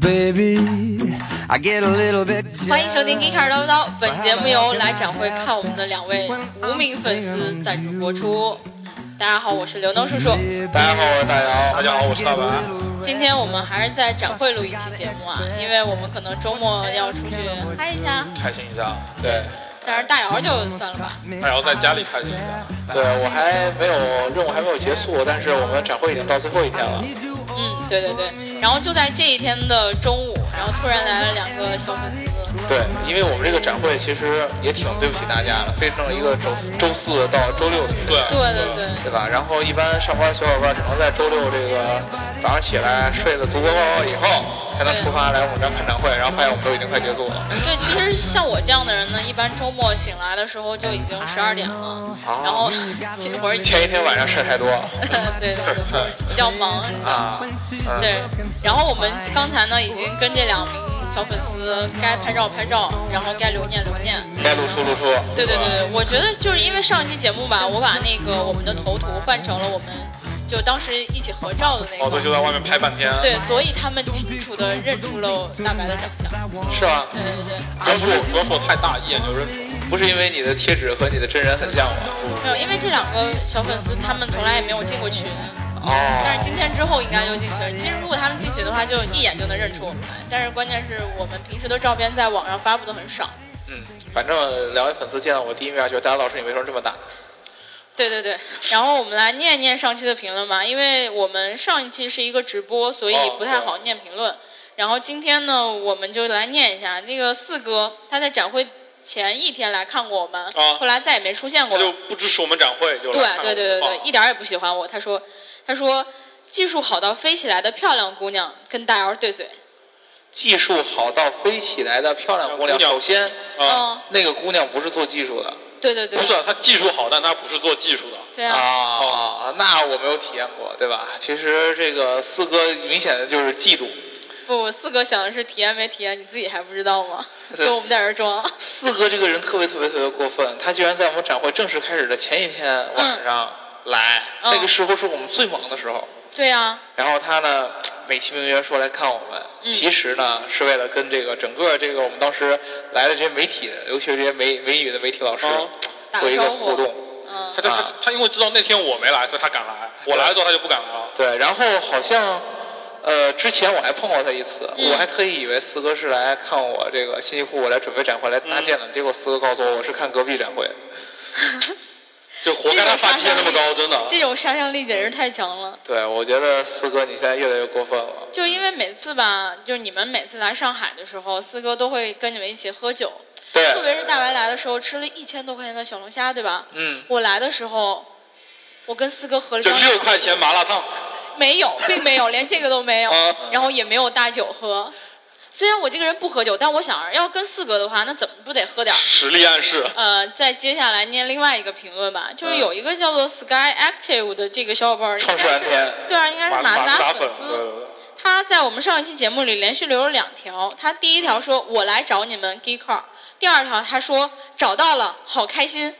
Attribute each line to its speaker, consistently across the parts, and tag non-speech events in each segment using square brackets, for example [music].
Speaker 1: baby. I get a little bit
Speaker 2: 欢迎收听《Kicker 叨叨》，本节目由来展会看我们的两位无名粉丝赞助播出。大家好，我是刘能叔叔。
Speaker 3: 大家好，我是大姚。大家好，我是大白。
Speaker 2: 今天我们还是在展会录一期节目啊，因为我们可能周末要出去嗨一下，
Speaker 3: 开心一下，对，
Speaker 2: 但是大姚就算了吧。
Speaker 3: 大
Speaker 4: 哎
Speaker 3: 姚哎在家里开心一下。
Speaker 4: 对哎我还没有任务还没有结束，但是我们展会已经到最后一天了。
Speaker 2: 嗯，对对对。然后就在这一天的中午，然后突然来了两个小粉丝。
Speaker 4: 对，因为我们这个展会其实也挺对不起大家的，非正一个周四周四到周六的时间，
Speaker 2: 对对对。
Speaker 4: 对吧？然后一般上班小伙伴只能在周六这个早上起来睡得足够饱以后，才能出发来我们这儿看展会，然后发现我们都已经快结束了。
Speaker 2: 对，其实像我这样的人呢，一般周末醒来的时候就已经十二点了，
Speaker 4: 啊
Speaker 2: 然后 [laughs] 这会儿已经 [laughs]
Speaker 4: 前一天晚上事儿太多
Speaker 2: 对对对，比较忙。
Speaker 4: 啊，嗯
Speaker 2: 对，然后我们刚才呢，已经跟这两名小粉丝该拍照拍照，然后该留念留念。
Speaker 4: 该露出露出。
Speaker 2: 对对对，对我觉得就是因为上一期节目吧，我把那个我们的头图换成了我们就当时一起合照的那
Speaker 4: 哦
Speaker 3: 毛
Speaker 2: 个
Speaker 3: 队，就在外面拍半天。
Speaker 2: 对，所以他们清楚的认出了大白的长相。
Speaker 4: 是吧？
Speaker 2: 对对对，
Speaker 3: 主要是我主要是我太大，一眼就认出来。
Speaker 4: 不是因为你的贴纸和你的真人很像吗？
Speaker 2: 没有，因为这两个小粉丝他们从来也没有进过群。但是
Speaker 4: 哦，
Speaker 2: 今天之后应该就进群。其实如果他们进群的话，就一眼就能认出我们来。但是关键是我们平时的照片在网上发布的很少。
Speaker 4: 嗯，反正两位粉丝见到我第一面就，大姚老师你为什么这么大？
Speaker 2: 对对对，然后我们来念一念上期的评论吧，因为我们上一期是一个直播，所以
Speaker 3: 哦
Speaker 2: 不太好念评论。然后今天呢，我们就来念一下这个四哥，他在展会前一天来看过我们，
Speaker 3: 啊
Speaker 2: 后来再也没出现过
Speaker 3: 他
Speaker 2: 了
Speaker 3: 就。不支持我们展会，就
Speaker 2: 对
Speaker 3: 来看
Speaker 2: 对对对对
Speaker 3: 我们，放
Speaker 2: 一点儿也不喜欢我。他说，他说技术好到飞起来的漂亮姑娘跟大姚对嘴。
Speaker 4: 技术好到飞起来的漂亮姑
Speaker 3: 姑
Speaker 4: 娘，
Speaker 3: 娘
Speaker 4: 首先，
Speaker 3: 啊，
Speaker 2: 嗯，
Speaker 4: 那个姑娘不是做技术的
Speaker 2: 对对对，
Speaker 3: 不是啊他技术好，但他不是做技术的。
Speaker 2: 对
Speaker 4: 啊
Speaker 2: 啊，
Speaker 4: 啊，那我没有体验过，对吧？其实这个四哥明显的就是嫉妒，
Speaker 2: 不，四哥想的是体验没体验，你自己还不知道吗？
Speaker 4: 这
Speaker 2: 跟我们在这儿装。
Speaker 4: 四哥这个人特别特别特别过分，他居然在我们展会正式开始的前一天晚上来，
Speaker 2: 嗯
Speaker 4: 那个时候是我们最忙的时候。
Speaker 2: 对啊，
Speaker 4: 然后他呢，美其名曰说来看我们，
Speaker 2: 嗯
Speaker 4: 其实呢是为了跟这个整个这个我们当时来的这些媒体的，尤其是这些美美语的媒体老师、
Speaker 3: 哦
Speaker 2: 打
Speaker 4: 做一
Speaker 2: 个
Speaker 4: 个
Speaker 2: 招呼
Speaker 4: 互动。
Speaker 2: 嗯
Speaker 3: 他，就他
Speaker 4: 啊
Speaker 3: 他因为知道那天我没来，所以他敢来。我来了之后他就不敢来了。
Speaker 4: 对，然后好像呃之前我还碰过他一次，
Speaker 2: 嗯
Speaker 4: 我还特意以为四哥是来看我这个新西库，我来准备展会来搭建的，
Speaker 2: 嗯
Speaker 4: 结果四哥告诉我我是看隔壁展会。
Speaker 3: 就活该他发际线那么高，真的。啊
Speaker 2: 这种杀伤力简直太强了。
Speaker 4: 对，我觉得四哥你现在越来越过分了。
Speaker 2: 就是因为每次吧，就是你们每次来上海的时候，四哥都会跟你们一起喝酒，
Speaker 4: 对，
Speaker 2: 特别是大白来的时候，吃了一千多块钱的小龙虾，对吧？
Speaker 4: 嗯，
Speaker 2: 我来的时候，我跟四哥合了
Speaker 3: 就
Speaker 2: 张
Speaker 3: 六块钱麻辣烫，
Speaker 2: 没有，并没有，连这个都没有
Speaker 3: 啊，
Speaker 4: 呃
Speaker 2: 然后也没有大酒喝。虽然我这个人不喝酒，但我想要跟四哥的话，那怎么不得喝点儿？
Speaker 3: 实力暗示。
Speaker 2: 呃，再接下来念另外一个评论吧，就是
Speaker 3: 嗯
Speaker 2: 有一个叫做 Sky Active 的这个小伙伴儿，应
Speaker 4: 创
Speaker 2: 该
Speaker 4: 世蓝
Speaker 2: 是
Speaker 4: 天，
Speaker 2: 对啊，应该
Speaker 3: 马
Speaker 2: 是马
Speaker 3: 马
Speaker 2: 自
Speaker 3: 自
Speaker 2: 达
Speaker 3: 达粉
Speaker 2: 粉
Speaker 3: 对对
Speaker 2: 丝。
Speaker 3: 对
Speaker 2: 他在我们上一期节目里连续留了两条，他第一
Speaker 3: 嗯
Speaker 2: 条说“我来找你们 g e e k e r 第二条他说“找到了，好开心”，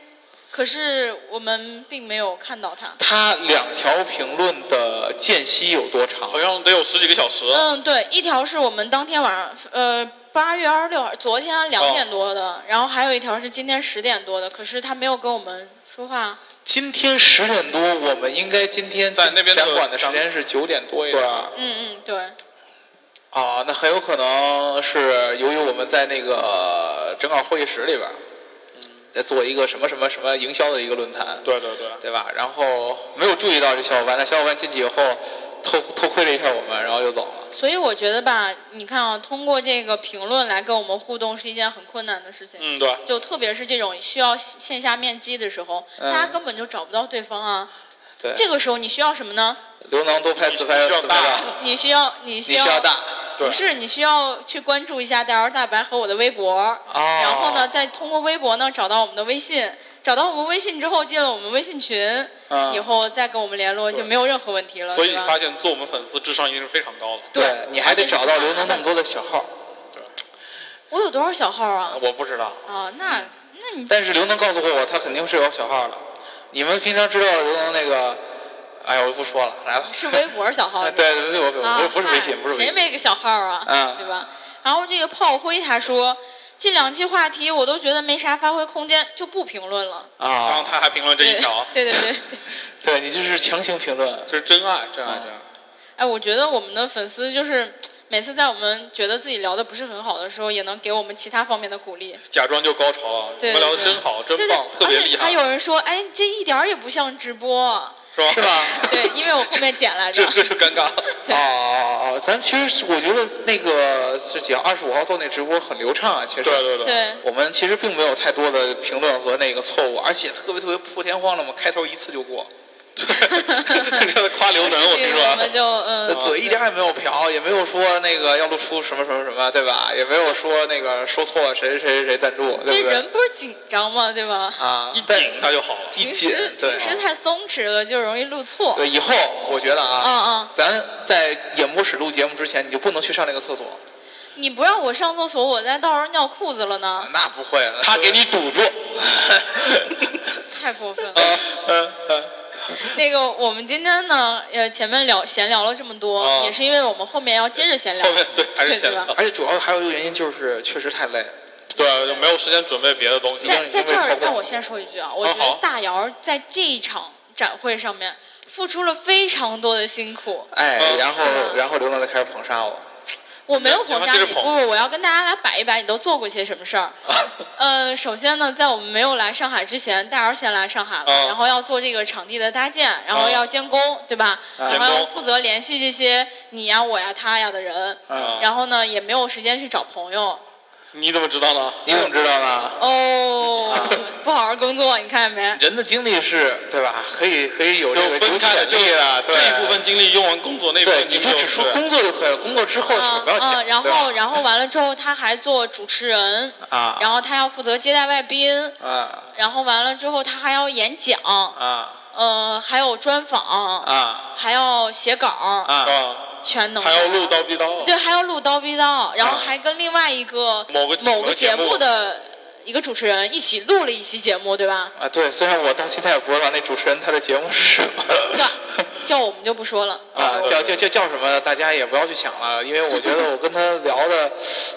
Speaker 2: 可是我们并没有看到他。
Speaker 4: 他两条评论的间隙有多长？
Speaker 3: 好像得有十几个小时。
Speaker 2: 嗯，对，一条是我们当天晚上，呃，八月二十六，昨天两
Speaker 3: 哦
Speaker 2: 点多的，然后还有一条是今天十点多的，可是他没有跟我们说话。
Speaker 4: 今天十点多，我们应该今天
Speaker 3: 在那边的
Speaker 4: 展馆的时间是九点多一点。
Speaker 3: 对
Speaker 2: 嗯嗯，对，
Speaker 4: 啊，那很有可能是由于我们在那个整稿会议室里边，在做一个什么什么什么营销的一个论坛，
Speaker 3: 对对对。
Speaker 4: 对吧？然后没有注意到这小伙伴，那小伙伴进去以后偷偷窥了一下我们，然后就走了。
Speaker 2: 所以我觉得吧，你看啊，通过这个评论来跟我们互动是一件很困难的事情。
Speaker 3: 嗯，对。
Speaker 2: 就特别是这种需要线下面基的时候，
Speaker 4: 嗯
Speaker 2: 大家根本就找不到对方啊。
Speaker 4: 对，
Speaker 2: 这个时候你需要什么呢？
Speaker 4: 刘能多拍自拍，
Speaker 3: 你需要
Speaker 4: 自拍
Speaker 3: 大
Speaker 4: 照
Speaker 2: 你需要，你需
Speaker 4: 你需要大，
Speaker 3: 对
Speaker 2: 不是，你需要去关注一下大姚大白和我的微博，然后呢，再通过微博呢找到我们的微信，找到我们微信之后进了我们微信群，
Speaker 4: 嗯
Speaker 2: 以后再跟我们联络
Speaker 3: 对
Speaker 2: 就没有任何问题了，
Speaker 3: 所以
Speaker 2: 是
Speaker 3: 你
Speaker 2: 吧
Speaker 3: 发现做我们粉丝智商一定是非常高的。
Speaker 2: 对
Speaker 4: 对，你还得找到刘能那么多的小号，
Speaker 2: 我有多少小号啊？
Speaker 4: 我不知道。
Speaker 2: 啊，那那你
Speaker 4: 但是刘能告诉过我，他肯定是有小号的。你们平常知道刘能那个，啊、哎呀，我不说了，来吧。
Speaker 2: 是微博小号
Speaker 4: 哎
Speaker 2: 吗？
Speaker 4: [laughs] 对对对，我
Speaker 2: 啊，
Speaker 4: 我不是
Speaker 2: 嗨
Speaker 4: 微信，不是微
Speaker 2: 谁
Speaker 4: 信。
Speaker 2: 没个小号啊？
Speaker 4: 嗯
Speaker 2: 对吧？然后这个炮灰他说，这两期话题我都觉得没啥发挥空间，就不评论了。
Speaker 3: 然后
Speaker 4: 啊，
Speaker 3: 他还评论这一条， [laughs]
Speaker 2: 对对对对。
Speaker 4: 对你就是强行
Speaker 2: [laughs]
Speaker 4: 评论
Speaker 3: 这是真爱，真
Speaker 4: 嗯
Speaker 3: 爱，真爱。
Speaker 2: 哎，我觉得我们的粉丝就是每次在我们觉得自己聊的不是很好的时候，也能给我们其他方面的鼓励。
Speaker 3: 假装就高潮了，
Speaker 2: 对
Speaker 3: 我们聊的
Speaker 2: 对
Speaker 3: 真好，真
Speaker 2: 对对
Speaker 3: 棒，，特别
Speaker 2: 而且
Speaker 3: 厉
Speaker 2: 还
Speaker 3: 害，
Speaker 2: 有人说，哎，这一点儿也不像直播。
Speaker 3: 是吧？
Speaker 4: 是吧？ [laughs]
Speaker 2: 对，因为我后面剪来
Speaker 3: [laughs] 这
Speaker 2: 着。
Speaker 3: 这就尴
Speaker 2: [laughs]
Speaker 3: 尬。
Speaker 4: 哦哦哦，咱其实是我觉得那个是几号二十五号做那直播很流畅啊，其实。
Speaker 3: 对对对， [laughs]
Speaker 2: 对，
Speaker 4: 我们其实并没有太多的评论和那个错误，而且特别特别破天荒的，我们开头一次就过，
Speaker 3: 对，这夸刘能，我
Speaker 2: 这
Speaker 3: 听
Speaker 2: 个我们
Speaker 3: 说。啊
Speaker 2: 就嗯，
Speaker 4: 嘴啊一点也没有瓢，也没有说那个要露出什么什么什么，对吧？也没有说那个说错谁谁谁谁赞助，
Speaker 2: 这
Speaker 4: 对不对
Speaker 2: 人？不是紧张吗？对吧？
Speaker 4: 啊，
Speaker 3: 一
Speaker 4: 但
Speaker 3: 紧他就好了，
Speaker 4: 一
Speaker 2: 平
Speaker 4: 紧
Speaker 2: 时，
Speaker 4: 对啊
Speaker 2: 平时太松弛了，就容易录错。
Speaker 4: 对，以后我觉得啊，
Speaker 2: 嗯嗯
Speaker 4: 咱在演播室录节目之前，你就不能去上那个厕所，
Speaker 2: 你不让我上厕所，我再到时候尿裤子了呢，
Speaker 4: 啊那不会，那
Speaker 3: 他
Speaker 4: 是
Speaker 3: 给你堵住。
Speaker 2: 太过分了。
Speaker 4: 啊 [laughs] 嗯嗯
Speaker 2: 那个，我们今天呢，呃，前面聊闲聊了这么多，
Speaker 4: 哦
Speaker 2: 也是因为我们后面要接着闲聊。
Speaker 3: [laughs] 后面
Speaker 4: [laughs]
Speaker 3: 对还是闲聊
Speaker 2: 对吧
Speaker 4: 而且主要还有一个原因就是确实太累了，
Speaker 3: 对，啊就没有时间准备别的东西。
Speaker 2: 在在这
Speaker 4: 因为
Speaker 2: 儿
Speaker 4: 超，过
Speaker 2: 那我先说一句啊，我觉
Speaker 3: 好
Speaker 2: 得大姚在这一场展会上面付出了非常多的辛苦。
Speaker 4: 哎，
Speaker 3: 嗯
Speaker 4: 然后
Speaker 2: 嗯
Speaker 4: 然后刘能再开始捧杀我，
Speaker 2: 我没有
Speaker 3: 你要
Speaker 2: 捧杀
Speaker 3: 接着
Speaker 2: 你，不
Speaker 3: 捧
Speaker 2: 不，我要跟大家来摆一摆，你都做过些什么事
Speaker 4: [laughs]
Speaker 2: 儿。呃，首先呢，在我们没有来上海之前，大姚先来上海了，
Speaker 4: 哦
Speaker 3: 嗯
Speaker 2: 然后要做这个场地的搭建，然后
Speaker 3: 嗯
Speaker 2: 要监工，对吧？
Speaker 4: 嗯
Speaker 2: 然后
Speaker 3: 监
Speaker 2: 要
Speaker 3: 工
Speaker 2: 负责联系这些你呀、我呀、他呀的人。
Speaker 4: 啊
Speaker 2: 然后呢，也没有时间去找朋友。
Speaker 3: 你怎么知道呢？嗯
Speaker 4: 你怎么知道呢？
Speaker 2: 哦
Speaker 4: [laughs] 啊，
Speaker 2: 不好好工作，你看见没？
Speaker 4: [laughs] 人的精力是对吧？可以可以有
Speaker 3: 就
Speaker 4: 这个
Speaker 3: 分开了，就
Speaker 4: 有潜力的，对
Speaker 3: 这一部分精力用完工作，那一部
Speaker 4: 对，
Speaker 3: 分
Speaker 4: 你
Speaker 3: 精力
Speaker 4: 就只说工作就可以了，工作之后的事
Speaker 2: 嗯
Speaker 4: 不要讲。
Speaker 2: 嗯，然
Speaker 4: 对吧
Speaker 2: 后然后完了之后，他还做主持人，
Speaker 4: 啊，
Speaker 2: 然后他要负责接待外宾，
Speaker 4: 啊
Speaker 2: 然后完了之后他还要演讲，
Speaker 4: 啊
Speaker 2: 呃，还有专访，
Speaker 4: 啊
Speaker 2: 还要写稿，
Speaker 4: 啊
Speaker 3: 啊，
Speaker 2: 全能。
Speaker 3: 还要录叨逼叨。
Speaker 2: 对，还要录叨逼叨，然后
Speaker 4: 啊
Speaker 2: 还跟另外一个
Speaker 3: 某个
Speaker 2: 某
Speaker 3: 某个
Speaker 2: 节
Speaker 3: 节
Speaker 2: 目
Speaker 3: 目
Speaker 2: 的一个主持人一起录了一期节目，对吧？
Speaker 4: 啊！对，虽然我到现在也不知道那主持人他的节目是什
Speaker 2: [laughs]
Speaker 4: 么。 [laughs]
Speaker 2: 叫我们就不说了。
Speaker 4: 啊，
Speaker 3: 对
Speaker 4: 叫叫叫叫什么？大家也不要去想了，因为我觉得我跟他聊的，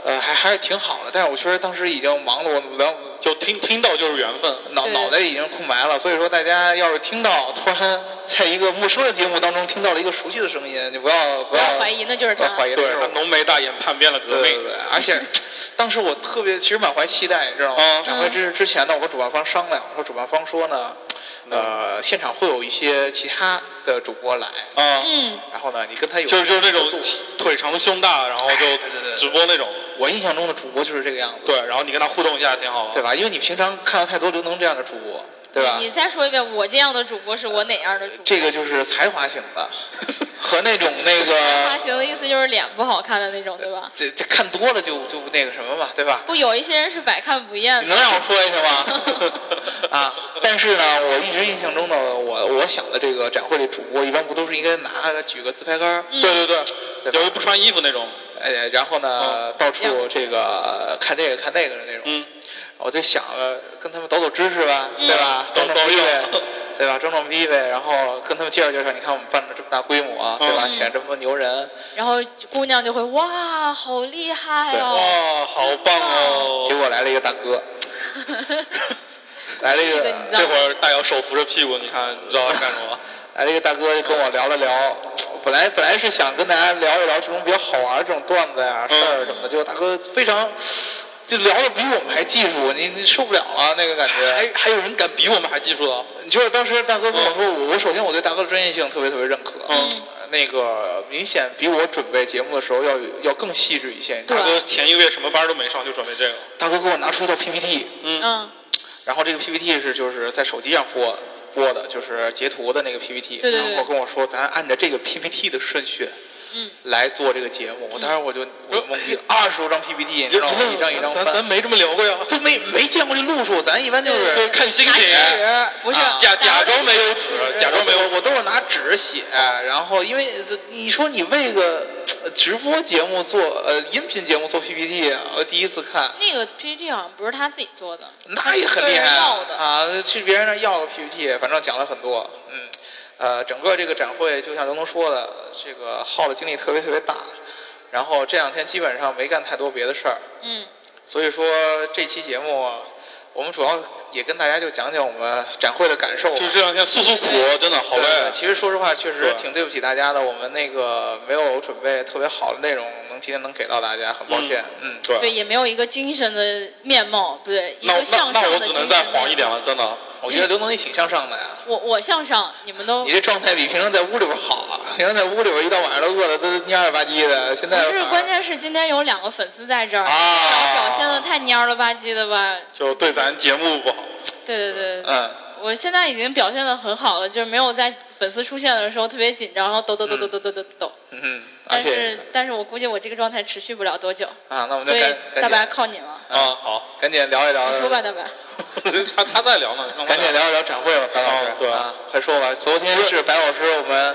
Speaker 4: 呃，还还是挺好的。但是我确实当时已经忙的，我聊
Speaker 3: 就听听到就是缘分，
Speaker 4: 脑
Speaker 2: 对
Speaker 4: 脑袋已经空白了。所以说，大家要是听到突然在一个陌生的节目当中听到了一个熟悉的声音，你不要不
Speaker 2: 不要
Speaker 4: 要
Speaker 2: 怀疑，那就是
Speaker 4: 不要
Speaker 2: 他。
Speaker 4: 怀疑，
Speaker 3: 对，
Speaker 4: 是
Speaker 3: 他
Speaker 4: 我
Speaker 3: 浓眉大眼叛变了革
Speaker 4: 对对
Speaker 3: 命
Speaker 4: 对，，而且当时我特别，其实满怀期待，你知道吗
Speaker 3: 嗯？
Speaker 4: 展会之之前呢，我和主办方商量，我说主办方说呢，
Speaker 3: 嗯
Speaker 4: 呃，现场会有一些其他的主播来，
Speaker 3: 啊，
Speaker 2: 嗯，
Speaker 4: 然后呢，你跟他有
Speaker 3: 就是就是那
Speaker 4: 合
Speaker 3: 种
Speaker 4: 作
Speaker 3: 腿长胸大，然后
Speaker 4: 对对对
Speaker 3: 就直播那种，
Speaker 4: 我印象中的主播就是这个样子，
Speaker 3: 对，然后你跟他互动一下挺好玩
Speaker 4: 对。吧？因为你平常看到太多刘能这样的主播，对吧
Speaker 2: 你？你再说一遍，我这样的主播是我哪样的主播？
Speaker 4: 这个就是才华型的，和那种那
Speaker 2: 发
Speaker 4: 个
Speaker 2: 型的意思就是脸不好看的那种，对吧？
Speaker 4: 这这看多了就就那个什么嘛，对吧？
Speaker 2: 不，有一些人是百看不厌
Speaker 4: 你
Speaker 2: 的
Speaker 4: 能。让我说一下吗？ [laughs] 啊，但是呢，我一直印象中呢，我我想的这个展会里主播一般不都是应该拿个举个自拍杆儿，
Speaker 2: 嗯
Speaker 3: 对对
Speaker 4: 对
Speaker 3: 对，
Speaker 4: 吧
Speaker 3: 有一不穿衣服那种，
Speaker 4: 哎，然后呢、到处
Speaker 2: 嗯
Speaker 4: 这个看这个看那个的那种。
Speaker 3: 嗯，
Speaker 4: 我就想了跟他们抖抖知识吧，
Speaker 2: 嗯
Speaker 4: 对吧？
Speaker 3: 抖
Speaker 4: 装装逼呗
Speaker 3: 抖抖，
Speaker 4: 对吧？装装逼呗，然后跟他们介绍介绍，你看我们办了这么大规模啊，对吧？
Speaker 2: 嗯
Speaker 4: 请了这么多牛人，
Speaker 2: 然后姑娘就会哇，好厉害
Speaker 4: 对
Speaker 2: 哦！
Speaker 3: 哇，好棒哦！
Speaker 4: 结果来了一个大哥，来了一
Speaker 2: 故意
Speaker 4: 个
Speaker 2: 的你知道
Speaker 3: 这会儿大姚手扶着屁股，你看你知道他干 [laughs] 什么？
Speaker 4: 来了一个大哥跟我聊了聊，本来本来是想跟大家聊一聊这种比较好玩儿这种段子呀、事
Speaker 2: 嗯
Speaker 4: 儿什么的，结果大哥非常就聊的比我们还技术，你你受不了啊那个感
Speaker 3: 还
Speaker 4: 觉。
Speaker 3: 还有人敢比我们还技术啊的？
Speaker 4: 你知道当时大哥跟我说，我我首先我对大哥的专业性特别特别认可，呃
Speaker 2: 嗯
Speaker 4: 那个明显比我准备节目的时候要有要更细致一些。
Speaker 2: 对
Speaker 3: 大哥前一个月什么班都没上，就准备这个。
Speaker 4: 大哥给我拿出一套 PPT，
Speaker 3: 嗯，
Speaker 2: [laughs] 嗯，
Speaker 4: 然后这个 PPT 是就是在手机上播播的，就是截图的那个 PPT，
Speaker 2: 对对对
Speaker 4: 然后跟我说咱按照这个 PPT 的顺序。
Speaker 2: 嗯，
Speaker 4: 来做这个节目，我当时我就我
Speaker 3: 嗯
Speaker 4: 懵逼了，二十多张 PPT，你知道吗？一张一张
Speaker 3: 咱咱
Speaker 4: 翻，
Speaker 3: 咱没这么聊过呀。
Speaker 4: 都没没见过这路数，咱一般就是
Speaker 2: 对
Speaker 3: 看心
Speaker 2: 拿
Speaker 3: 情，
Speaker 2: 纸不是
Speaker 4: 啊
Speaker 3: 假假装没有
Speaker 2: 纸
Speaker 3: 纸，
Speaker 4: 呃
Speaker 3: 呃假装没有
Speaker 4: 我我都是拿纸写，然后因为这你说你为个呃直播节目做呃音频节目做 PPT，我呃第一次看，
Speaker 2: 那个 PPT 好像不是他自己做的，
Speaker 4: 那也很
Speaker 2: 他是跟
Speaker 4: 厉
Speaker 2: 人
Speaker 4: 害啊
Speaker 2: 要的。
Speaker 4: 啊！去别人那儿要个 PPT，反正讲了很多，嗯，呃，整个这个展会就像刘能说的，这个耗的精力特别特别大，然后这两天基本上没干太多别的事儿，
Speaker 2: 嗯，
Speaker 4: 所以说这期节目啊我们主要也跟大家就讲讲我们展会的感受吧，
Speaker 3: 就这两天诉诉苦，真的好
Speaker 4: 对
Speaker 3: 累。啊
Speaker 4: 其实说实话，确实
Speaker 3: 对
Speaker 4: 挺对不起大家的，我们那个没有准备特别好的内容，能今天能给到大家，很抱歉。嗯，
Speaker 3: 对啊
Speaker 2: 对，也没有一个精神的面貌，不对，一
Speaker 3: 那
Speaker 2: 个
Speaker 3: 那
Speaker 2: 向上
Speaker 3: 那我
Speaker 2: 的
Speaker 3: 只
Speaker 2: 精
Speaker 3: 能
Speaker 2: 神
Speaker 3: 再
Speaker 2: 面
Speaker 3: 黄一点
Speaker 2: 貌。
Speaker 3: 了，真的。
Speaker 4: 我觉得刘能你挺向上的呀，
Speaker 2: 我我向上，你们都
Speaker 4: 你这状态比平常在屋里边好啊，平常在屋里边一到晚上都饿的都蔫了吧唧的，现
Speaker 2: 不
Speaker 4: 在
Speaker 2: 是，关键是今天有两个粉丝在这儿，
Speaker 4: 啊
Speaker 2: 表现的太蔫了吧唧的吧？
Speaker 3: 就对咱节目不好，
Speaker 2: 对对对，对
Speaker 4: 嗯，
Speaker 2: 我现在已经表现的很好了，就是没有在粉丝出现的时候特别紧张，然后抖抖抖抖抖抖抖抖。
Speaker 4: 嗯哼，而
Speaker 2: 但
Speaker 4: 且
Speaker 2: 是但是我估计我这个状态持续不了多久，
Speaker 4: 啊，那我们就
Speaker 2: 所以大
Speaker 4: 赶赶
Speaker 2: 白
Speaker 4: 紧呃
Speaker 2: 靠你了，
Speaker 4: 嗯
Speaker 3: 啊，好， [laughs]
Speaker 4: 赶紧聊一聊
Speaker 2: 你，说吧，
Speaker 4: [laughs]
Speaker 2: 大白。
Speaker 3: 他他在聊呢，让他
Speaker 4: 赶紧聊一聊展会吧，白老师
Speaker 3: 哦，对
Speaker 4: 啊，快说吧，昨天是白老师我们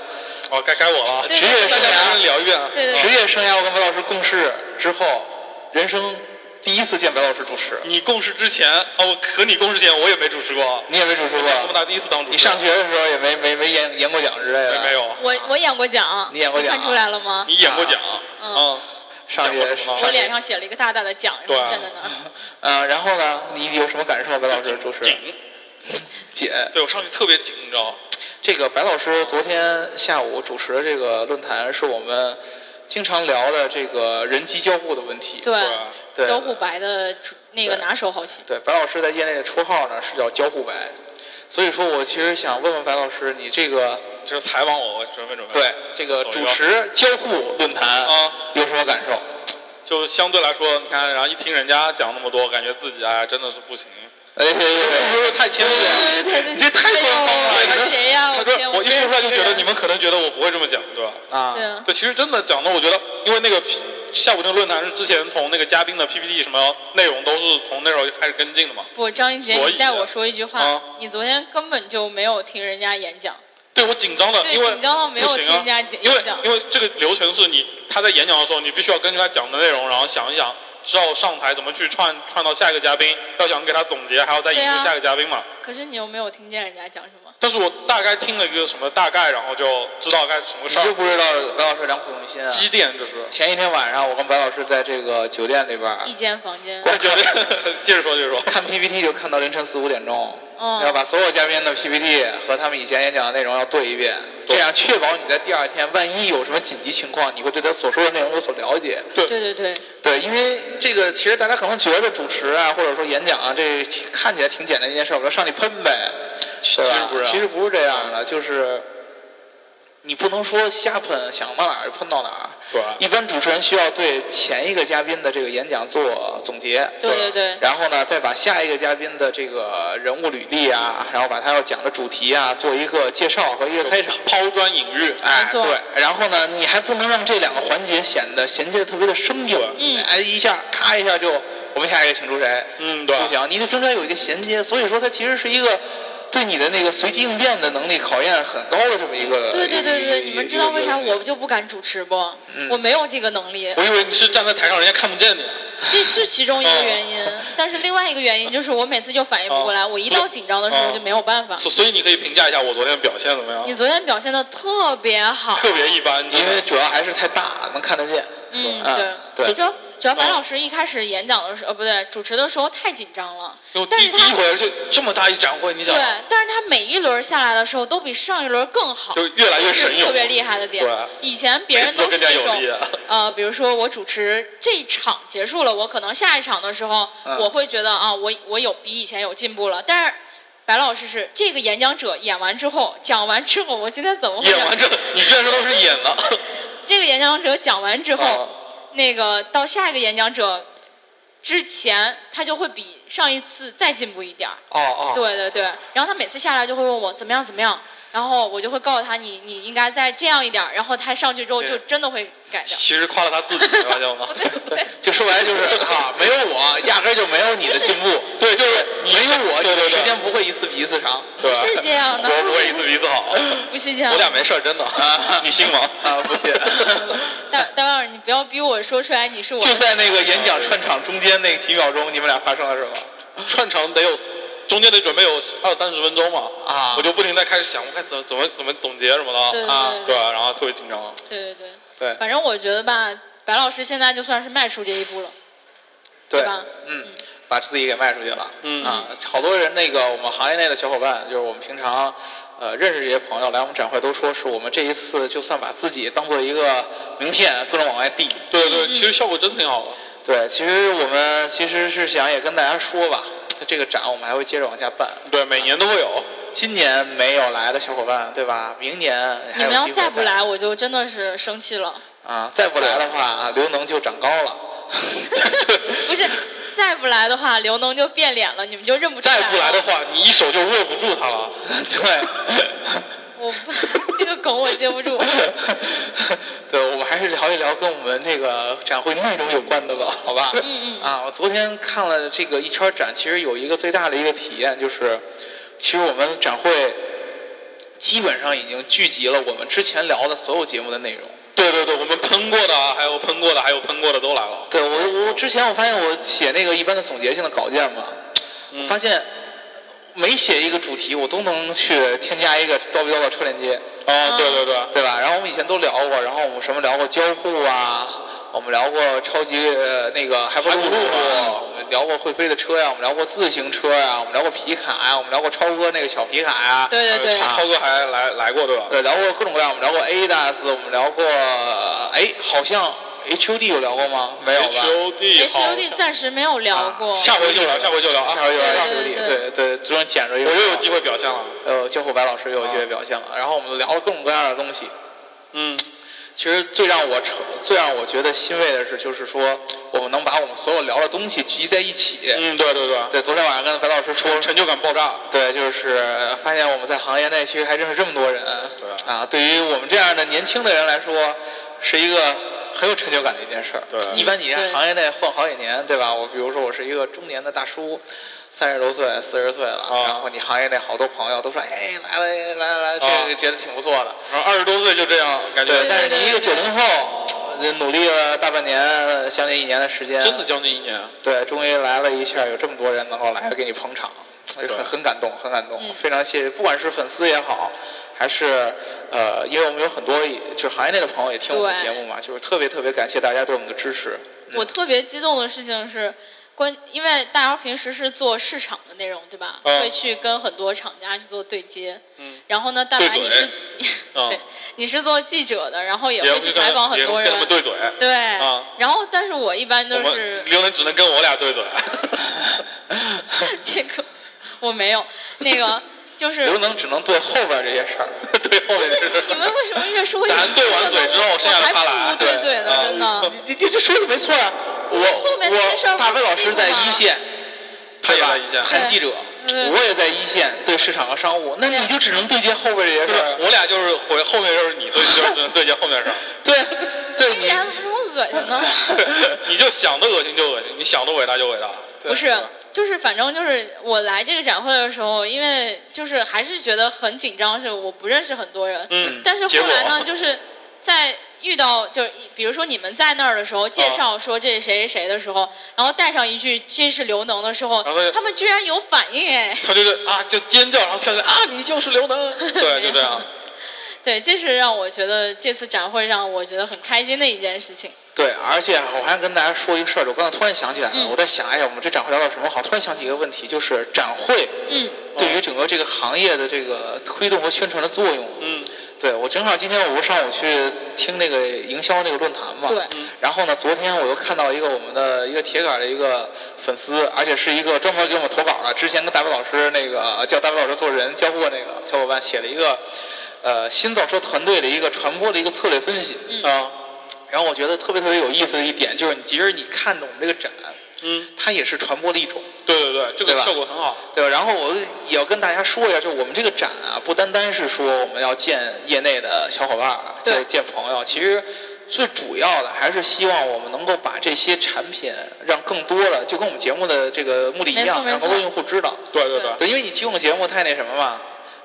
Speaker 3: 哦，该该我了，
Speaker 2: 对
Speaker 4: 职业生
Speaker 3: 大家
Speaker 4: 涯
Speaker 3: 先聊一遍啊。
Speaker 2: 对对对
Speaker 4: 职业生涯，我跟白老师共事之后，人生第一次见白老师主持，
Speaker 3: 你共事之前，哦，我和你共事前我也没主持过，啊
Speaker 4: 你也没主持
Speaker 3: 我们
Speaker 4: 过，
Speaker 3: 大第一次当主持。
Speaker 4: 你上学的时候也没没没演演过讲之类
Speaker 3: 没
Speaker 4: 的，
Speaker 3: 没。有？
Speaker 2: 我我演过奖，
Speaker 4: 你演过奖啊
Speaker 2: 看出来了吗？
Speaker 3: 你演过奖？
Speaker 2: 嗯
Speaker 3: 嗯，
Speaker 4: 上学
Speaker 3: 演过
Speaker 4: 上
Speaker 2: 我脸上写了一个大大的奖，然
Speaker 3: 对
Speaker 2: 后
Speaker 3: 啊
Speaker 2: 站在那儿。
Speaker 4: 啊，然后呢，你有什么感受？啊白老师主持
Speaker 3: 紧，
Speaker 4: 姐，
Speaker 3: 对我上去特别紧，你知道吗？
Speaker 4: 这个白老师昨天下午主持的这个论坛是我们经常聊的这个人机交互的问题。
Speaker 3: 啊
Speaker 4: 对
Speaker 2: 周户白的主那个拿手好戏。
Speaker 4: 对，白老师在业内的绰号呢是叫“交互白”，所以说我其实想问问白老师，你这个
Speaker 3: 这是采访我，我准备准备。
Speaker 4: 对这个
Speaker 3: 走一
Speaker 4: 主
Speaker 3: 个
Speaker 4: 持交互论坛
Speaker 3: 啊
Speaker 4: 有什么感受？
Speaker 3: 就相对来说，你看，然后一听人家讲那么多，感觉自己哎真的是不行。
Speaker 4: 哎，对对对，太谦虚了，
Speaker 2: 对对对，
Speaker 4: 你这太官方了
Speaker 2: 哎呦我谁呀？
Speaker 3: 他
Speaker 2: 我
Speaker 3: 说
Speaker 2: 天！
Speaker 3: 我一说出来就觉得你
Speaker 2: 们
Speaker 3: 们可能觉得我不会这么讲，对吧？
Speaker 4: 啊
Speaker 2: 对，啊，
Speaker 3: 对，其实真的讲的，我觉得，因为那个下午那个论坛是之前从那个嘉宾的 PPT 什么内容都是从那时候就开始跟进的嘛。
Speaker 2: 不，张一杰，
Speaker 3: 所以
Speaker 2: 你带我说一句
Speaker 3: 啊
Speaker 2: 话，你昨天根本就没有听人家演讲，
Speaker 3: 对我紧张的，
Speaker 2: 对
Speaker 3: 因为
Speaker 2: 紧张到没有
Speaker 3: 不行啊
Speaker 2: 听人家演
Speaker 3: 因为
Speaker 2: 演讲
Speaker 3: 因为这个流程是你他在演讲的时候，你必须要根据他讲的内容，然后想一想之后上台怎么去串串到下一个嘉宾，要想给他总结，还要再引
Speaker 2: 对啊
Speaker 3: 出下一个嘉宾嘛。
Speaker 2: 可是你又没有听见人家讲什么。
Speaker 3: 但是我大概听了一个什么大概，然后就知道该是什么
Speaker 4: 你
Speaker 3: 事儿
Speaker 4: 就。不知道白老师良苦用心啊。
Speaker 3: 积淀就是。
Speaker 4: [laughs] 前一天晚上，我跟白老师在这个酒店里边儿
Speaker 2: 一间房间，
Speaker 3: 那就 [laughs] 接着说，接着说。
Speaker 4: 看 PPT 就看到凌晨四五点钟，
Speaker 2: 嗯
Speaker 4: 要把所有嘉宾的 PPT 和他们以前演讲的内容要对一遍，这
Speaker 3: 对
Speaker 4: 样确保你在第二天万一有什么紧急情况，你会对他所说的内容有所了解。
Speaker 2: 对对对，
Speaker 4: 对，因为这个其实大家可能觉得主持啊，或者说演讲啊，这挺看起来挺简单一件事，我们上去喷呗，
Speaker 3: 其
Speaker 4: 对
Speaker 3: 实
Speaker 4: 吧
Speaker 3: 不是啊
Speaker 4: 其实不是这样的，就是。你不能说瞎喷，想到哪儿就喷到哪儿。
Speaker 3: 对
Speaker 4: 一般主持人需要对前一个嘉宾的这个演讲做总结。
Speaker 2: 对对对，
Speaker 4: 然后呢，再把下一个嘉宾的这个人物履历啊，然后把他要讲的主题啊，做一个介绍和一个开场。
Speaker 3: 抛砖引玉，
Speaker 4: 哎，
Speaker 2: 没错
Speaker 4: 对，然后呢，你还不能让这两个环节显得衔接得特别的生硬，
Speaker 2: 嗯
Speaker 4: 哎，一下咔一下就我们下一个请出谁，
Speaker 3: 嗯对
Speaker 4: 不行，你得中间有一个衔接，所以说它其实是一个对你的那个随机应变的能力考验很高的这么一个。
Speaker 2: 对对对对，
Speaker 4: 一个
Speaker 2: 你们知道为啥？
Speaker 4: 一个一
Speaker 2: 我
Speaker 4: 个
Speaker 2: 就不敢主持不
Speaker 4: 嗯？
Speaker 2: 我没有这个能力，
Speaker 3: 我以为你是站在台上，人家看不见你。
Speaker 2: 这是其中一个原因。
Speaker 3: 嗯
Speaker 2: [laughs] 但是另外一个原因就是我每次就反应不过来，
Speaker 3: 哦
Speaker 2: 我一到紧张的时候
Speaker 3: 哦
Speaker 2: 就没有
Speaker 4: 啊
Speaker 2: 办法。
Speaker 3: 所所以你可以评价一下我昨天表现怎么样
Speaker 2: 你？昨天表现的特别好，
Speaker 3: 特别一般，
Speaker 4: 因为主要还是太大，能看得见。
Speaker 2: 嗯
Speaker 4: 嗯
Speaker 2: 对，
Speaker 4: 对
Speaker 2: 主要主要白
Speaker 3: 哦
Speaker 2: 老师一开始演讲的时候，呃不对，主持的时候太紧张了
Speaker 3: 因为，
Speaker 2: 但
Speaker 3: 第
Speaker 2: 是
Speaker 3: 第一
Speaker 2: 他
Speaker 3: 回就这么大一展会，你想
Speaker 2: 对，但是他每一轮下来的时候都比上一轮更好，
Speaker 3: [laughs] 就越来越
Speaker 2: 是
Speaker 3: 神勇，
Speaker 2: 特别厉害的点
Speaker 3: 对。
Speaker 2: 以前别人都是那
Speaker 3: 每次都更加有力
Speaker 2: 种
Speaker 3: 啊，
Speaker 2: 呃，比如说我主持这一场结束了，我可能下一场的时候，
Speaker 4: 嗯
Speaker 2: 我会觉得啊，我我有比以前有进步了。但是白老师是这个演讲者演完之后，讲完之后，我今天怎么回事
Speaker 3: [laughs] 演完这，你居然说都是演的，
Speaker 2: 这个演讲者讲完之后，
Speaker 4: 哦
Speaker 3: 啊
Speaker 2: 那个到下一个演讲者之前，他就会比上一次再进步一点儿。
Speaker 4: 哦
Speaker 3: 啊
Speaker 4: 哦，
Speaker 2: 对对对，然后他每次下来就会问我怎么样怎么样，然后我就会告诉他你你应该再这样一点儿，然后他上去之后就
Speaker 3: 对
Speaker 2: 真的会改
Speaker 3: [laughs]
Speaker 2: 掉。
Speaker 3: [laughs] 其实夸了他自己，你发现
Speaker 2: [laughs]
Speaker 3: 吗
Speaker 2: 不？对不对，
Speaker 4: 就说白了就是啊，没有我，压根儿就没有你的进
Speaker 2: [laughs]
Speaker 4: 步。对，就是没有我，
Speaker 3: 对对对
Speaker 4: 时间不会一次比一次长。
Speaker 3: 对吧
Speaker 2: 是这样的
Speaker 3: 我不会一次比一
Speaker 2: [laughs]
Speaker 3: 次好，
Speaker 2: 不是这样
Speaker 3: 我。俩没事儿，真的，
Speaker 4: [laughs]
Speaker 3: 你信吗？
Speaker 4: 啊，
Speaker 2: [laughs]
Speaker 4: 不信。
Speaker 3: [laughs]
Speaker 2: 大大腕儿，你不要逼我说出来你是我。
Speaker 4: 就在那个演讲串场中间那几秒钟，你们俩发生了什么？
Speaker 3: 串场得有中间得准备有二三十分钟嘛，
Speaker 4: 啊
Speaker 3: 我就不停在开始想，我该怎么怎么怎么总结什么
Speaker 2: 对
Speaker 3: 的
Speaker 2: 对
Speaker 3: 啊，
Speaker 2: 对嗯
Speaker 3: 对
Speaker 2: 对
Speaker 3: 吧，然后特别紧张。
Speaker 2: 对对对，
Speaker 4: 对
Speaker 2: 反正我觉得吧，白老师现在就算是迈出这一步了。
Speaker 4: 对
Speaker 2: 对吧
Speaker 4: 嗯，把自己给卖出去了，
Speaker 3: 嗯
Speaker 4: 啊，好多人那个我们行业内的小伙伴，就是我们平常呃认识这些朋友来我们展会，都说是我们这一次就算把自己当做一个名片，各种往外递。
Speaker 3: 对对，
Speaker 2: 嗯
Speaker 3: 其实效果真挺好的。
Speaker 4: 对，其实我们其实是想也跟大家说吧，这个展我们还会接着往下办。
Speaker 3: 对，每年都会有。
Speaker 4: 今年没有来的小伙伴，对吧？明年
Speaker 2: 你
Speaker 4: 还
Speaker 3: 哎
Speaker 2: 们
Speaker 4: 有机
Speaker 2: 要
Speaker 4: 会
Speaker 2: 再不来，我就真的是生气了。
Speaker 4: 啊，再不来的话，啊刘能就长高了。
Speaker 2: 不
Speaker 4: [laughs]
Speaker 2: 是，再不来的话，刘能就变脸了，你们就认不出啊
Speaker 3: 再
Speaker 2: 了
Speaker 3: 不来的，话，你一手就握不住他了。
Speaker 4: 对。
Speaker 2: 我这个梗我接不 [laughs] 住。
Speaker 4: 对，我们还是聊一聊跟我们这个展会内容有关的吧，好吧？
Speaker 2: 嗯嗯
Speaker 4: 啊，我昨天看了这个一圈展，其实有一个最大的一个体验就是，其实我们展会基本上已经聚集了我们之前聊的所有节目的内容。
Speaker 3: 对对对，我们喷过的啊，还有喷过的，还有喷过的都来了。
Speaker 4: 对我，我之前我发现我写那个一般的总结性的稿件嘛，
Speaker 3: 嗯
Speaker 4: 我发现每写一个主题，我都能去添加一个叨逼叨的车链接。
Speaker 3: 啊，对对对，
Speaker 4: 对吧？然后我们以前都聊过，然后我们什么聊过交互啊，我们聊过超级呃那个还不
Speaker 3: 海
Speaker 4: 路
Speaker 3: 波路啊
Speaker 4: 我们聊过会飞的车呀、我们聊过自行车呀、我们聊过皮卡呀、我们聊过超哥那个小皮卡呀、
Speaker 2: 对对对
Speaker 3: 还有超哥还来来过对吧？
Speaker 4: 对，聊过各种各样，我们聊过 ADAS，我们聊过哎，好像 HUD 有聊过吗？没有吧？
Speaker 3: HOD 好像
Speaker 2: ，HUD 暂时没有聊过。
Speaker 3: 下回就聊，下回就聊啊，
Speaker 4: 下回有
Speaker 2: 对
Speaker 4: HUD，
Speaker 2: 对
Speaker 4: 对对，只能捡着一个。
Speaker 3: 我又有机会表现了。
Speaker 4: 呃，交互白老师又有机会表现了，然后我们聊了各种各样的东西。
Speaker 3: 嗯，
Speaker 4: 其实最让我成最让我觉得欣慰的是，就是说我们能把我们所有聊的东西集在一起。
Speaker 3: 嗯，对对对，
Speaker 4: 对，昨天晚上跟白老师说，
Speaker 3: 成就感爆炸。
Speaker 4: 对，就是呃发现我们在行业内其实还认识这么多人。
Speaker 3: 对
Speaker 4: 啊，对于我们这样的年轻的人来说，是一个很有成就感的一件事儿。
Speaker 3: 对啊
Speaker 4: 一般你在
Speaker 2: 对
Speaker 4: 行业内混好几年，对吧？我比如说我是一个中年的大叔。三十多岁、四十岁了，
Speaker 3: 啊
Speaker 4: 然后你行业内好多朋友都说：“哎，来来来来，这
Speaker 3: 啊
Speaker 4: 个觉得挺不错的。
Speaker 3: 然后二十多岁就这样，感觉
Speaker 4: 对，但是你一个九零后，呃努力了大半年，将近一年的时间，
Speaker 3: 真的将近一年。
Speaker 4: 对，终于来了一下，有这么多人能够来给你捧场，就
Speaker 3: 对
Speaker 4: 很很感动，很感动，
Speaker 2: 嗯
Speaker 4: 非常谢谢，不管是粉丝也好，还是呃，因为我们有很多也就是行业内的朋友也听我们
Speaker 2: 对
Speaker 4: 节目嘛，就是特别特别感谢大家对我们的支持。嗯
Speaker 2: 我特别激动的事情是，关因为大姚平时是做市场的内容，对吧？
Speaker 3: 嗯
Speaker 2: 会去跟很多厂家去做对接。
Speaker 3: 嗯，
Speaker 2: 然后呢，大
Speaker 3: 对
Speaker 2: 白你
Speaker 3: 嘴
Speaker 2: 是，
Speaker 3: 嗯
Speaker 2: 对， [laughs] 你是做记者的，然后也
Speaker 3: 也
Speaker 2: 会
Speaker 3: 会
Speaker 2: 去
Speaker 3: 跟
Speaker 2: 采访很
Speaker 3: 也
Speaker 2: 多
Speaker 3: 会跟
Speaker 2: 人
Speaker 3: 他们。对嘴。
Speaker 2: 对，
Speaker 3: 啊
Speaker 2: [laughs] 然后但是我一般
Speaker 3: 我
Speaker 2: 都是
Speaker 3: 们刘能只能跟我俩对嘴。
Speaker 2: [laughs] 这个我没有，那
Speaker 3: [laughs]
Speaker 2: 个就是
Speaker 4: 刘能只能对后边这些事儿， [laughs] 对后边这些事
Speaker 2: 你
Speaker 4: 儿。
Speaker 2: 们为什么越说越
Speaker 3: 咱对完嘴之后剩下的他来
Speaker 2: 我还不如对嘴呢，
Speaker 3: 对啊
Speaker 2: 真的。
Speaker 4: 啊你你这说的没错啊！
Speaker 2: 后面这些事
Speaker 4: 我
Speaker 2: 儿
Speaker 4: 我大飞老
Speaker 2: 不
Speaker 4: 师
Speaker 2: 是
Speaker 4: 在
Speaker 2: 记录吗
Speaker 4: 一线，
Speaker 3: 他也
Speaker 4: 对吧
Speaker 3: 在一线
Speaker 4: 谈记者，
Speaker 2: 嗯
Speaker 4: 我也在一线对市场和商务，那你就只能对接后边这些
Speaker 3: 就
Speaker 4: 事
Speaker 3: 是
Speaker 4: 儿。
Speaker 3: 我俩就是回后面就是你，所以就是只能对接后面的事儿。
Speaker 4: 对对，
Speaker 2: 听起来
Speaker 4: 你
Speaker 2: 怎么这么恶心
Speaker 3: [laughs]
Speaker 2: 呢？
Speaker 3: 你就想的恶心就恶心，你想的伟大就伟大。
Speaker 4: 对
Speaker 2: 不是，就是反正就是我来这个展会的时候，因为就是还是觉得很紧张，是我不认识很多人。
Speaker 3: 嗯
Speaker 2: 但是后来
Speaker 3: 结果
Speaker 2: 呢，就是在遇到就是比如说你们在那儿的时候，介绍说这谁谁谁的时候，然后带上一句这是刘能的时候
Speaker 3: 然后就，
Speaker 2: 他们居然有反应哎。
Speaker 3: 他就是啊，就尖叫，然后跳起来啊，你就是刘能，对，就这样。
Speaker 2: 对，这是让我觉得这次展会让我觉得很开心的一件事情。
Speaker 4: 对，而且我还跟大家说一个事儿，我刚才突然想起来了，
Speaker 2: 嗯
Speaker 4: 我在想，哎呀，我们这展会聊点什么好？突然想起一个问题，就是展会
Speaker 2: 嗯，
Speaker 4: 对于整个这个行业的这个推动和宣传的作用。
Speaker 3: 嗯，
Speaker 4: 对，我正好今天我不是上午去听那个营销那个论坛嘛，
Speaker 2: 对
Speaker 3: 嗯
Speaker 4: 然后呢，昨天我又看到一个我们的一个铁杆的一个粉丝，而且是一个专门给我们投稿的，之前跟大卫老师那个叫大卫老师做人教过那个小伙伴写了一个，呃，新造车团队的一个传播的一个策略分析，
Speaker 2: 嗯
Speaker 4: 啊，然后我觉得特别特别有意思的一点就是，你其实你看着我们这个展，
Speaker 3: 嗯，
Speaker 4: 它也是传播的一种。
Speaker 3: 对对对，这
Speaker 4: 对
Speaker 3: 个
Speaker 4: 吧
Speaker 3: 效果很好。
Speaker 4: 对吧？然后我也要跟大家说一下，就我们这个展啊，不单单是说我们要见业内的小伙伴儿，
Speaker 2: 对
Speaker 4: 见见朋友，其实最主要的还是希望我们能够把这些产品让更多的，就跟我们节目的这个目的一样，
Speaker 2: 没错没
Speaker 4: 让
Speaker 2: 错
Speaker 4: 更多用户知道。
Speaker 3: 对
Speaker 2: 对
Speaker 3: 对对，
Speaker 4: 对，因为你听我们节目太那什么嘛，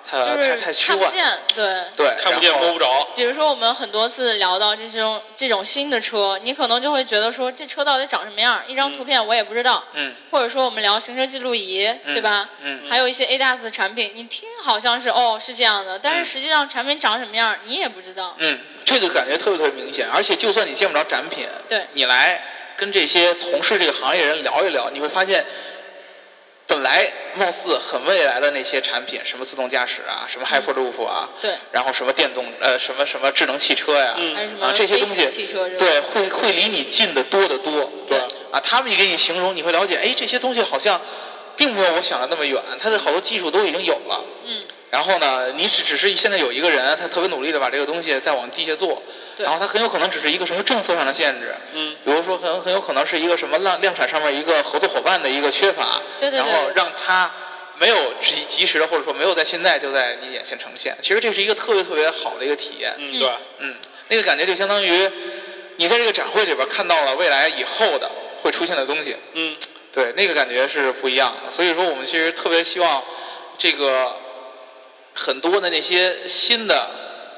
Speaker 4: 太
Speaker 2: 就是
Speaker 4: 嗯太太虚
Speaker 2: 看不
Speaker 4: 幻，
Speaker 2: 见，对。
Speaker 4: 对，
Speaker 3: 看不见
Speaker 4: 然后
Speaker 3: 摸不着。
Speaker 2: 比如说，我们很多次聊到这种这种新的车，你可能就会觉得说这车到底长什么样，一张图片我也不知道。
Speaker 4: 嗯，
Speaker 2: 或者说我们聊行车记录仪，
Speaker 4: 嗯
Speaker 2: 对吧？
Speaker 4: 嗯
Speaker 2: 还有一些 ADAS 的产品，你听好像是哦是这样的，但
Speaker 4: 嗯
Speaker 2: 是实际上产品长什么样你也不知道。
Speaker 4: 嗯，这个感觉特别特别明显，而且就算你见不着展品，
Speaker 2: 对
Speaker 4: 你来跟这些从事这个行业人聊一聊，你会发现，本来貌似很未来的那些产品，什么自动驾驶啊，什么 Hyperloop 啊，
Speaker 2: 嗯对
Speaker 4: 然后什么电动呃什么什么智能汽车呀、
Speaker 3: 嗯
Speaker 2: 还有什么
Speaker 4: 啊这些东西
Speaker 2: 飞行汽车之类的
Speaker 4: 对，会会离你近的多得多。
Speaker 3: 对
Speaker 4: 啊，他们一给你形容，你会了解，哎，这些东西好像并没有我想的那么远，它的好多技术都已经有了。
Speaker 2: 嗯，
Speaker 4: 然后呢，你只只是现在有一个人，他特别努力的把这个东西再往地下做，
Speaker 2: 对
Speaker 4: 然后他很有可能只是一个什么政策上的限制，
Speaker 3: 嗯，
Speaker 4: 比如说很很有可能是一个什么量量产上面一个合作伙伴的一个缺乏，
Speaker 2: 对对对
Speaker 4: 然后让他没有及及时的或者说没有在现在就在你眼前呈现，其实这是一个特别特别好的一个体验，
Speaker 3: 嗯，对，
Speaker 4: 嗯，那个感觉就相当于你在这个展会里边看到了未来以后的会出现的东西，
Speaker 3: 嗯，
Speaker 4: 对，那个感觉是不一样的。所以说，我们其实特别希望这个很多的那些新的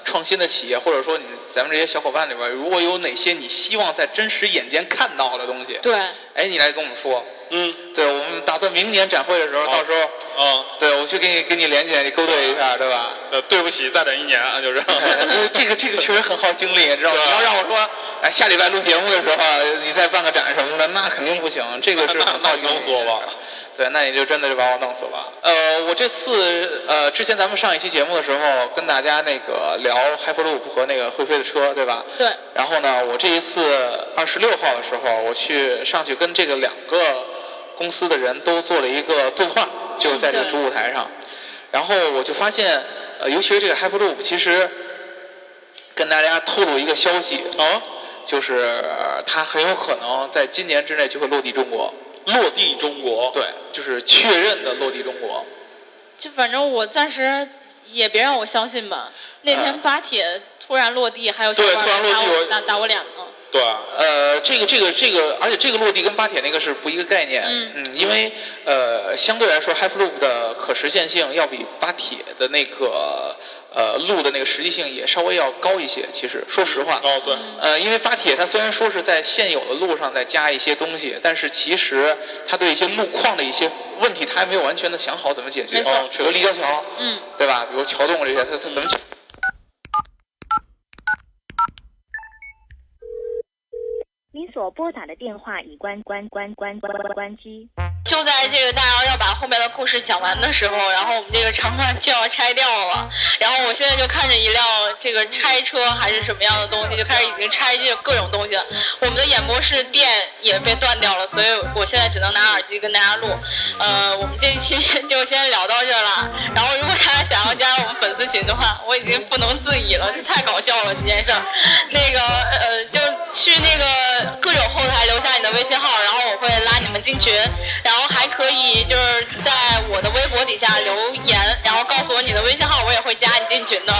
Speaker 4: 创新的企业，或者说你咱们这些小伙伴里边，如果有哪些你希望在真实眼间看到的东西，，
Speaker 2: 对，
Speaker 4: 哎，你来跟我们说。
Speaker 3: 嗯，
Speaker 4: 对，我们打算明年展会的时候，
Speaker 3: 好
Speaker 4: 到时候，
Speaker 3: 嗯，
Speaker 4: 对我去给你给你联系，你勾兑一下，对吧？
Speaker 3: 呃，对不起，再等一年啊，就是。 [laughs]
Speaker 4: 哎 [laughs] 这个这个确实很耗精力，你知道吗？
Speaker 3: 对
Speaker 4: 你
Speaker 3: 啊
Speaker 4: 要让我说，哎，下礼拜录节目的时候，你再办个展什么的，那肯定不行，这个
Speaker 3: [laughs]
Speaker 4: 是
Speaker 3: 那
Speaker 4: 很耗
Speaker 3: 那
Speaker 4: 精力的
Speaker 3: 弄死我吧
Speaker 4: [laughs] 对，那你就真的就把我弄死了。呃，我这次呃，之前咱们上一期节目的时候，跟大家那个聊 Hyperloop 和那个会飞的车，对吧？
Speaker 2: 对
Speaker 4: 然后呢，我这一次二十六号的时候，我去上去跟这个两个公司的人都做了一个对话，就是在这个
Speaker 2: 对
Speaker 4: 主舞台上。然后我就发现，呃，尤其是这个 Hyperloop，其实跟大家透露一个消息啊，就是呃它很有可能在今年之内就会落地中国。
Speaker 3: 落地中国，
Speaker 4: 对，就是确认的落地中国。
Speaker 2: 就反正我暂时也别让我相信吧。那天
Speaker 4: 嗯
Speaker 2: 巴铁突然落地，还有小伙
Speaker 3: 对突
Speaker 2: 伴
Speaker 3: 然落
Speaker 2: 打
Speaker 3: 地
Speaker 2: 我
Speaker 3: 我
Speaker 2: 打打我脸了。
Speaker 3: 对，啊
Speaker 4: 呃，这个这个这个，而且这个落地跟巴铁那个是不一个概念，
Speaker 2: 嗯
Speaker 4: 因为呃，相对来说，Hyperloop 的可实现性要比巴铁的那个呃路的那个实际性也稍微要高一些。其实，说实话，
Speaker 3: 哦对，
Speaker 2: 嗯
Speaker 4: 呃，因为巴铁它虽然说是在现有的路上再加一些东西，但是其实它对一些路况的一些问题，它还没有完全的想好怎么解决。
Speaker 2: 没错
Speaker 4: 哦比如立交桥，
Speaker 2: 嗯，
Speaker 4: 对吧？比如桥洞这些，它它怎么解？
Speaker 5: 您所拨打的电话已关关关关关关关机。
Speaker 2: 就在这个大姚要把后面的故事讲完的时候，然后我们这个长段就要拆掉了。然后我现在就看着一辆这个拆车还是什么样的东西，就开始已经拆这各种东西了。我们的演播室电也被断掉了，所以我现在只能拿耳机跟大家录。呃，我们这一期就先聊到这儿了。然后如果大家想要加入我们粉丝群的话，我已经不能自已了，这太搞笑了这件事儿。那个呃，就去那个各种后台留下你的微信号，然后我会拉你们进群，然后还可以就是在我的微博底下留言，然后告诉我你的微信号，我也会加你进群的。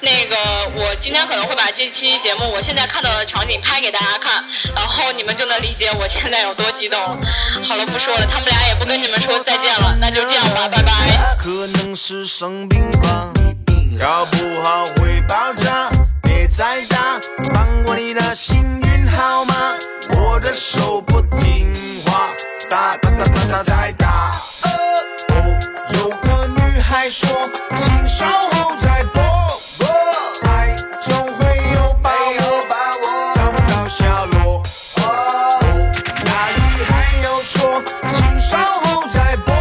Speaker 2: 那个我今天可能会把这期节目我现在看到的场景拍给大家看，然后你们就能理解我现在有多激动了。好了，不说了，他们俩也不跟你们说再见了，那就这样吧，拜拜。
Speaker 6: 可能是生病吧，搞不好会爆炸。别再打，放过你的幸运号码，我的手不听话，打打打打打再打。哦哦，有个女孩说，请稍后再拨。拨爱总会有把握，找不到下落。哦，那女孩又说，请稍后再拨。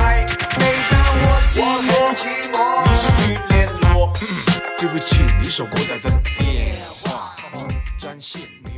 Speaker 6: 爱陪伴我寂寞，你失去联络。对不起，你手拨打的电话，展现你。